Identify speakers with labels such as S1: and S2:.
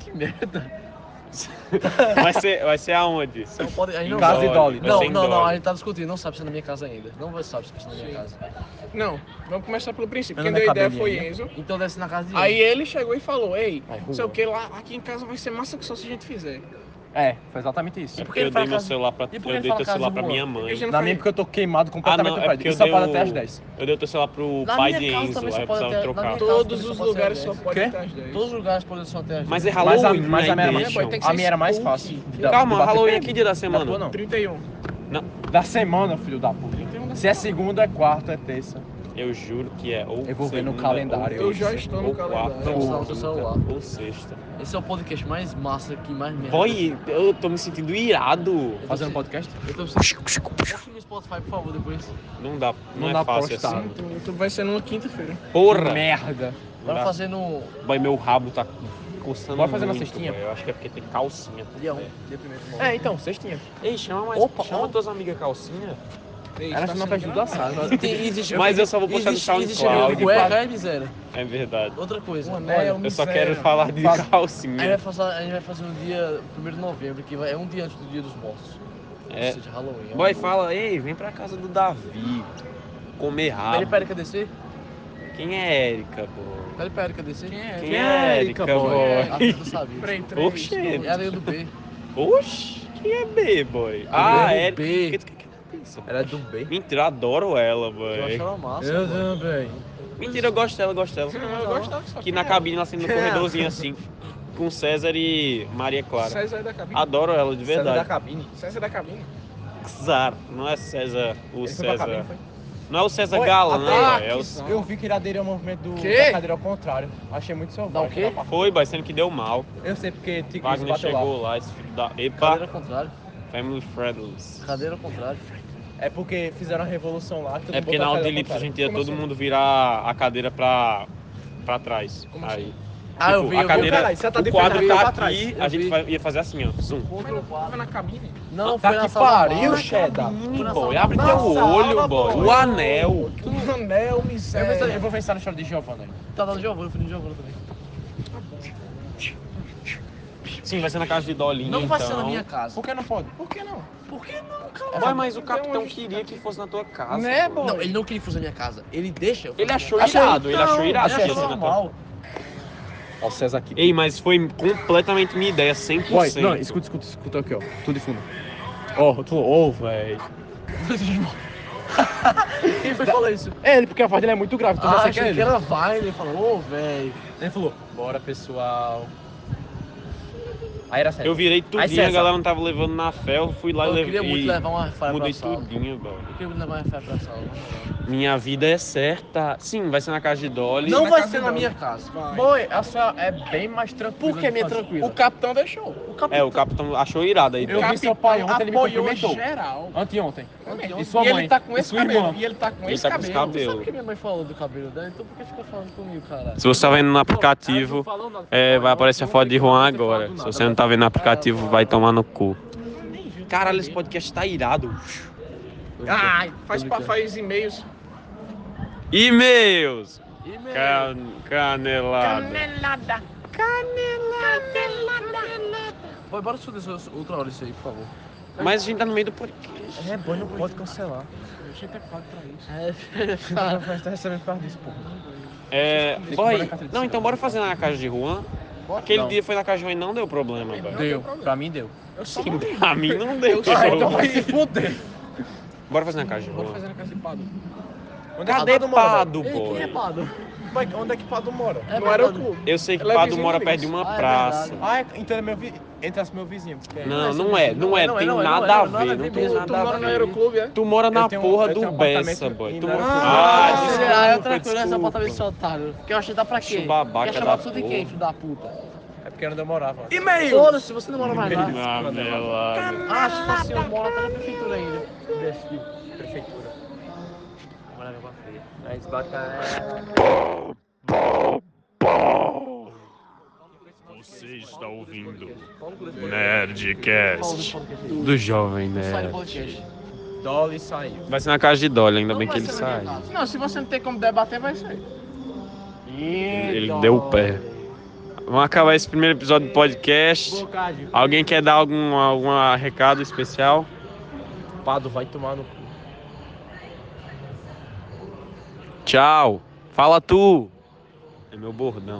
S1: Que merda.
S2: Vai ser, vai ser aonde?
S3: Não pode, a gente
S2: Em
S3: não
S2: casa
S3: sabe.
S2: e Dolly. Vai
S3: Não,
S2: ser em
S3: não, não,
S2: Dolly.
S3: a gente tá discutindo, não sabe se é na minha casa ainda. Não vai saber se é na minha casa.
S4: Não, vamos começar pelo princípio.
S3: Meu
S4: Quem
S3: nome
S4: deu a
S3: é
S4: ideia foi
S3: Cabelinho, né?
S4: Enzo.
S3: Então desce na casa de
S4: Aí ele chegou e falou, ei,
S1: Tá
S3: Vai,
S4: não sei o
S3: rua.
S4: que lá, aqui em casa vai ser massa que só se a gente fizer.
S1: É, foi exatamente isso.
S2: É
S3: E por que
S2: porque
S3: ele
S2: eu
S3: fala
S2: dei meu
S3: casa-
S2: celular pra.
S3: e por que
S2: Eu
S3: ele
S2: dei
S3: fala
S2: teu
S3: casa
S2: celular
S3: de
S2: pra
S3: rua?
S2: minha
S4: A
S2: mãe. Eu
S4: gente não
S1: Na
S4: foi-
S1: minha porque eu tô queimado completamente
S2: Ah, não,
S1: no
S2: é
S1: prédio.
S2: porque
S1: E
S2: eu
S1: só para
S2: dei
S1: até
S2: o-
S1: às 10.
S2: Eu dei o teu celular pro
S3: Na
S2: pai
S3: minha
S2: de
S3: casa
S2: Enzo,
S3: também só
S2: aí eu
S3: pode
S2: precisava
S3: até- na
S4: Tá
S2: trocar.
S3: minha casa-
S4: Todos os
S3: só pode
S4: lugares
S3: ser
S4: só
S3: às dez.
S4: podem
S1: Quê?
S4: estar às 10.
S3: Todos os lugares podem ser até às
S2: Mas é
S3: dez.
S1: Mas a,
S2: Halloween,
S1: mas a
S2: né,
S1: minha
S2: ideia,
S1: era mais,
S4: boy, tem que
S1: a
S4: ser
S1: minha era mais
S4: spooky.
S1: fácil. de dar- de
S2: Calma,
S1: bater
S2: Halloween é
S1: pena.
S2: que dia da
S1: Da tua,
S2: semana?
S1: não.
S4: 31.
S1: Da semana, filho da puta.
S4: 31 da
S1: Se é
S4: semana.
S1: segunda, é quarta, é terça.
S2: Eu juro que é ou
S1: Eu vou ver no
S2: segunda,
S1: calendário.
S2: ou
S4: Eu já
S2: terça,
S4: estou no
S2: ou
S4: calendário.
S2: quarta,
S3: Eu
S2: ou
S3: vou usar o
S2: quinta,
S3: celular.
S2: Ou sexta.
S3: Esse é o podcast mais massa aqui, mais merda.
S2: Boy, eu tô me sentindo irado.
S1: Fazendo podcast?
S3: Eu tô Confira no Spotify, por favor, depois.
S2: Não dá, não,
S1: Não
S2: é
S1: dá
S2: fácil
S1: postar.
S2: assim.
S4: Tu, tu vai ser numa quinta-feira.
S2: Porra!
S1: Merda.
S2: Não
S3: Bora
S2: dá.
S3: fazer no
S2: Boy, meu rabo tá coçando
S1: Bora fazer uma
S2: muito,
S1: cestinha?
S2: boy. Eu acho que é porque tem calcinha.
S3: dia 1,
S2: É.
S3: dia 1
S1: É, então, sextinha.
S2: Ei, chama mais.
S1: Opa,
S2: chama
S1: ó.
S2: tuas amigas calcinha.
S4: Ei,
S1: Ela
S4: está
S1: não
S4: sendo
S1: faz tudo
S4: gravado.
S1: assado.
S2: É. Mas eu só vou postar no
S3: Existe a
S2: SoundCloud.
S3: cueca é miséria.
S2: É verdade.
S3: Outra coisa.
S4: Um
S3: olha,
S4: anel,
S2: Eu só
S4: miséria.
S2: quero falar de
S1: Fala.
S3: A gente, vai
S2: calcinha.
S3: fazer, a gente vai fazer no dia 1 de novembro, que vai- é um dia antes do dia dos mortos.
S2: É.
S3: Ou seja, Halloween. é um
S2: Boy,
S3: dia.
S2: fala, ei, vem pra casa do Davi. Comer
S3: Pede
S2: rabo.
S3: pra Erika descer?
S2: Quem é Érica, boy?
S3: Pede pra Erika descer?
S4: Quem é?
S2: Quem é Érica, boy?
S3: Ah, tu sabe.
S4: Peraí, três.
S2: Oxê.
S3: É a lei do B.
S2: Oxi, quem é B, boy? Ah,
S3: é
S2: é.
S3: do B.
S2: Que- que- que ela pensa?
S1: Era do B.
S2: Mentira, eu adoro
S3: Eu
S2: ela,
S3: acho
S2: boy.
S3: ela massa.
S1: Eu
S3: boy.
S1: também.
S2: Mentira, eu gosto dela, eu gosto dela.
S4: Eu gostava Tá só
S2: Que na cabine ela sendo no corredorzinho assim, com César e Maria Clara.
S4: César é da cabine.
S2: Adoro ela de
S1: Saiu da
S2: verdade.
S1: cabine.
S4: César é da cabine.
S2: César, não é César o
S1: Ele foi pra cabine,
S2: César.
S1: foi?
S2: Não é o César
S1: Foi,
S2: Gala, né?
S1: até-
S2: boy? É o...
S1: Eu vi que ele aderiu ao movimento do,
S4: Quê?
S1: da cadeira ao contrário. Achei muito selvagem.
S3: Dá o quê?
S2: Foi, boy, sendo que deu mal.
S1: Eu sei porque Tico
S2: Wagner
S1: bateu lá.
S2: chegou lá, esse filho da.
S3: Cadeira
S2: Epa,
S3: ao contrário.
S2: Family Friendless.
S3: Cadeira ao contrário.
S1: É porque fizeram a revolução lá.
S2: É porque na aula de elipse a gente ia
S4: Como
S2: todo
S4: assim?
S2: mundo virar a cadeira pra, pra trás.
S4: Como
S2: Aí.
S3: Ah, eu
S2: Tipo,
S3: vi,
S2: a
S3: eu vi.
S2: cadeira,
S1: Caralho, você tá de
S2: o quadro
S1: frente, eu
S2: tá
S1: ia pra
S2: aqui,
S1: trás.
S2: a
S3: Eu
S2: gente
S3: vi.
S2: vai- ia fazer assim, ó, zoom.
S4: Mas não tava na cabine.
S3: Não, foi
S1: Tá
S3: na
S1: que
S3: sala
S1: pariu,
S3: baixa.
S1: Sheda.
S2: Ih,
S3: na
S2: boy,
S3: sala
S2: abre
S3: baixa.
S2: teu olho, boy.
S1: boy.
S2: O anel.
S4: Um anel,
S1: Eu vou,
S4: miséria.
S1: eu vou pensar no choro de Giovanna. aí.
S3: Tá dando Giovanna, filho de Giovanna também.
S2: Sim, vai ser na casa de Dolinha,
S3: Não
S2: então.
S3: vai ser na minha casa.
S1: Por que não pode?
S4: Por que não?
S3: Por que não,
S2: Boy,
S3: cara?
S2: mas o
S4: Tem
S2: capitão
S4: uma
S2: queria que fosse na tua casa.
S4: Né,
S2: boy?
S4: boy?
S3: Não, ele não queria fazer na minha casa. Ele deixa. eu fazer
S2: Ele
S3: na
S2: achou
S3: minha casa.
S2: irado, ele achou
S3: Não,
S2: irado.
S3: ele
S2: que ia
S3: achou
S2: ser na tua-
S3: normal.
S1: Ó, o César aqui.
S2: Ei, mas foi completamente minha ideia, 100%.
S1: Boy, não, escuta, escuta, escuta aqui, ó. Tudo de fundo. Ó, eu tô. Ô, velho.
S3: Quem foi que falou isso?
S1: É ele, porque a voz dele é muito grave, então
S3: Ah,
S1: já sei que é
S3: achei que
S1: ele.
S3: era Vine, ele falou, ô, velho.
S1: Ele falou, bora pessoal. Aí era sério.
S2: Eu virei tudinho, a
S1: César.
S2: galera não tava levando na fé, eu fui lá
S3: É. Eu
S2: e levei.
S3: queria muito levar uma refraia
S2: Mudei
S3: pra sala.
S2: tudinho, boy.
S3: Eu queria muito levar uma refraia pra sala. na moral.
S2: Minha vida é certa. Sim, vai ser na casa de Dolly. É,
S3: Não
S4: na
S3: vai
S4: casa
S3: ser na
S4: dela.
S3: minha casa.
S4: Vai.
S1: Boy, a sua é bem mais tranquila.
S3: Por que
S1: de
S3: minha
S1: fazer.
S3: tranquila?
S4: O capitão deixou.
S3: O capitão.
S2: É, o capitão achou irado aí.
S1: Eu vi seu
S4: Capitão
S1: pai ontem, ele me
S4: apoiou
S1: cumprimentou.
S4: geral.
S1: Anteontem.
S3: Ontem,
S1: E
S3: ontem.
S1: sua
S4: e
S1: mãe?
S4: ele tá com
S1: E
S4: esse
S1: sua
S4: cabelo.
S1: irmã?
S4: E ele tá com
S2: Ele
S4: esse
S2: tá com esse
S4: cabelo.
S3: Sabe o
S2: cabelo.
S3: que minha mãe falou do cabelo dela? Então por que fica falando comigo, cara?
S2: Se você tá vendo no
S3: Ela não
S2: aplicativo,
S3: falou nada.
S2: é, vai aparecer a foto de Juan agora.
S3: Não
S2: Se
S3: tem
S2: você não tá vendo no aplicativo, vai tomar no cu. Caralho, esse podcast tá irado.
S4: Ai, faz, pa- faz e-mails.
S2: E-mails!
S3: E meu-
S2: Can- canelada.
S3: Vai, bora estudar isso outra hora isso aí, por favor.
S2: Mas a gente tá no meio do podcast.
S1: É, boy, não pode cancelar.
S3: É,
S1: Mas tá recebendo por causa disso, pô.
S2: É. Boy, não, então bora fazer na casa de Juan. Aquele
S1: Não.
S2: dia foi na casa de Juan e não deu problema, boy.
S1: Deu. Pra mim, deu.
S4: Eu só
S2: Sim,
S4: mandei.
S2: Pra mim não deu.
S1: Ah, então vai se fuder.
S2: Bora fazer na casa de
S4: Bora
S2: Juan.
S4: fazer na casa de Pado.
S1: Onde é que
S2: Cadê
S1: Pado mora,
S2: Pado,
S3: Ei, quem é
S2: boy?
S3: Pado?
S1: velho? Mike, onde é que Pado mora?
S3: É
S4: não era o
S3: Pado.
S4: clube.
S2: Eu sei que
S4: Ela é
S2: Pado
S4: vizinha
S2: mora
S4: de
S2: perto de
S3: Ah,
S2: uma
S3: é
S2: praça.
S3: verdade.
S1: Ah, é- então é meu vi... entra meu vizinho. Porque é-
S2: Não, não é, não é,
S3: Não,
S2: tem
S3: não, não,
S2: nada
S3: não,
S2: a
S3: não,
S2: ver,
S3: nada
S2: não
S3: a
S2: tem
S3: ver.
S4: Tu
S2: nada
S4: mora
S2: a
S4: no
S2: ver.
S4: aeroclube, é?
S2: Tu mora na
S1: Eu tenho-
S2: porra
S1: eu
S2: do
S1: tenho um
S2: Bessa,
S1: apartamento
S2: boy.
S1: em
S2: Tu mora
S1: Aracaju.
S2: Ah,
S3: Ah,
S2: desculpa,
S3: ah, é outra coisa, essa
S2: desculpa.
S3: bota bem otário. Porque eu achei que dá pra quê?
S2: Acho babaca
S3: Quer chamar
S2: da
S3: tudo de
S2: porra.
S3: quem, filho da puta?
S1: É porque onde eu morava.
S3: Foda-se, você não mora mais
S2: Ah,
S3: lá.
S2: Canelada.
S3: Ah, se fosse eu moro até na prefeitura ainda.
S1: Desce de prefeitura.
S3: Morava em Água Fria.
S1: Aí desbaca.
S2: Você está ouvindo
S3: Vamos por esse podcast. Vamos
S2: Nerdcast
S3: por esse podcast.
S2: do Jovem
S3: Sai do
S2: Nerd.
S3: podcast.
S1: Dolly saiu.
S2: Vai ser na casa de Dolly, ainda
S3: Não
S2: bem que
S3: vai
S2: ele
S3: ser na
S2: sai.
S3: minha casa.
S4: Não, se você não tem como debater, vai ser.
S2: Ele deu o pé. Vamos acabar esse primeiro episódio do podcast.
S5: Blocagem.
S2: Alguém quer dar algum, algum recado especial?
S3: Pado, vai tomar no cu.
S2: Tchau. Fala tu. É meu bordão.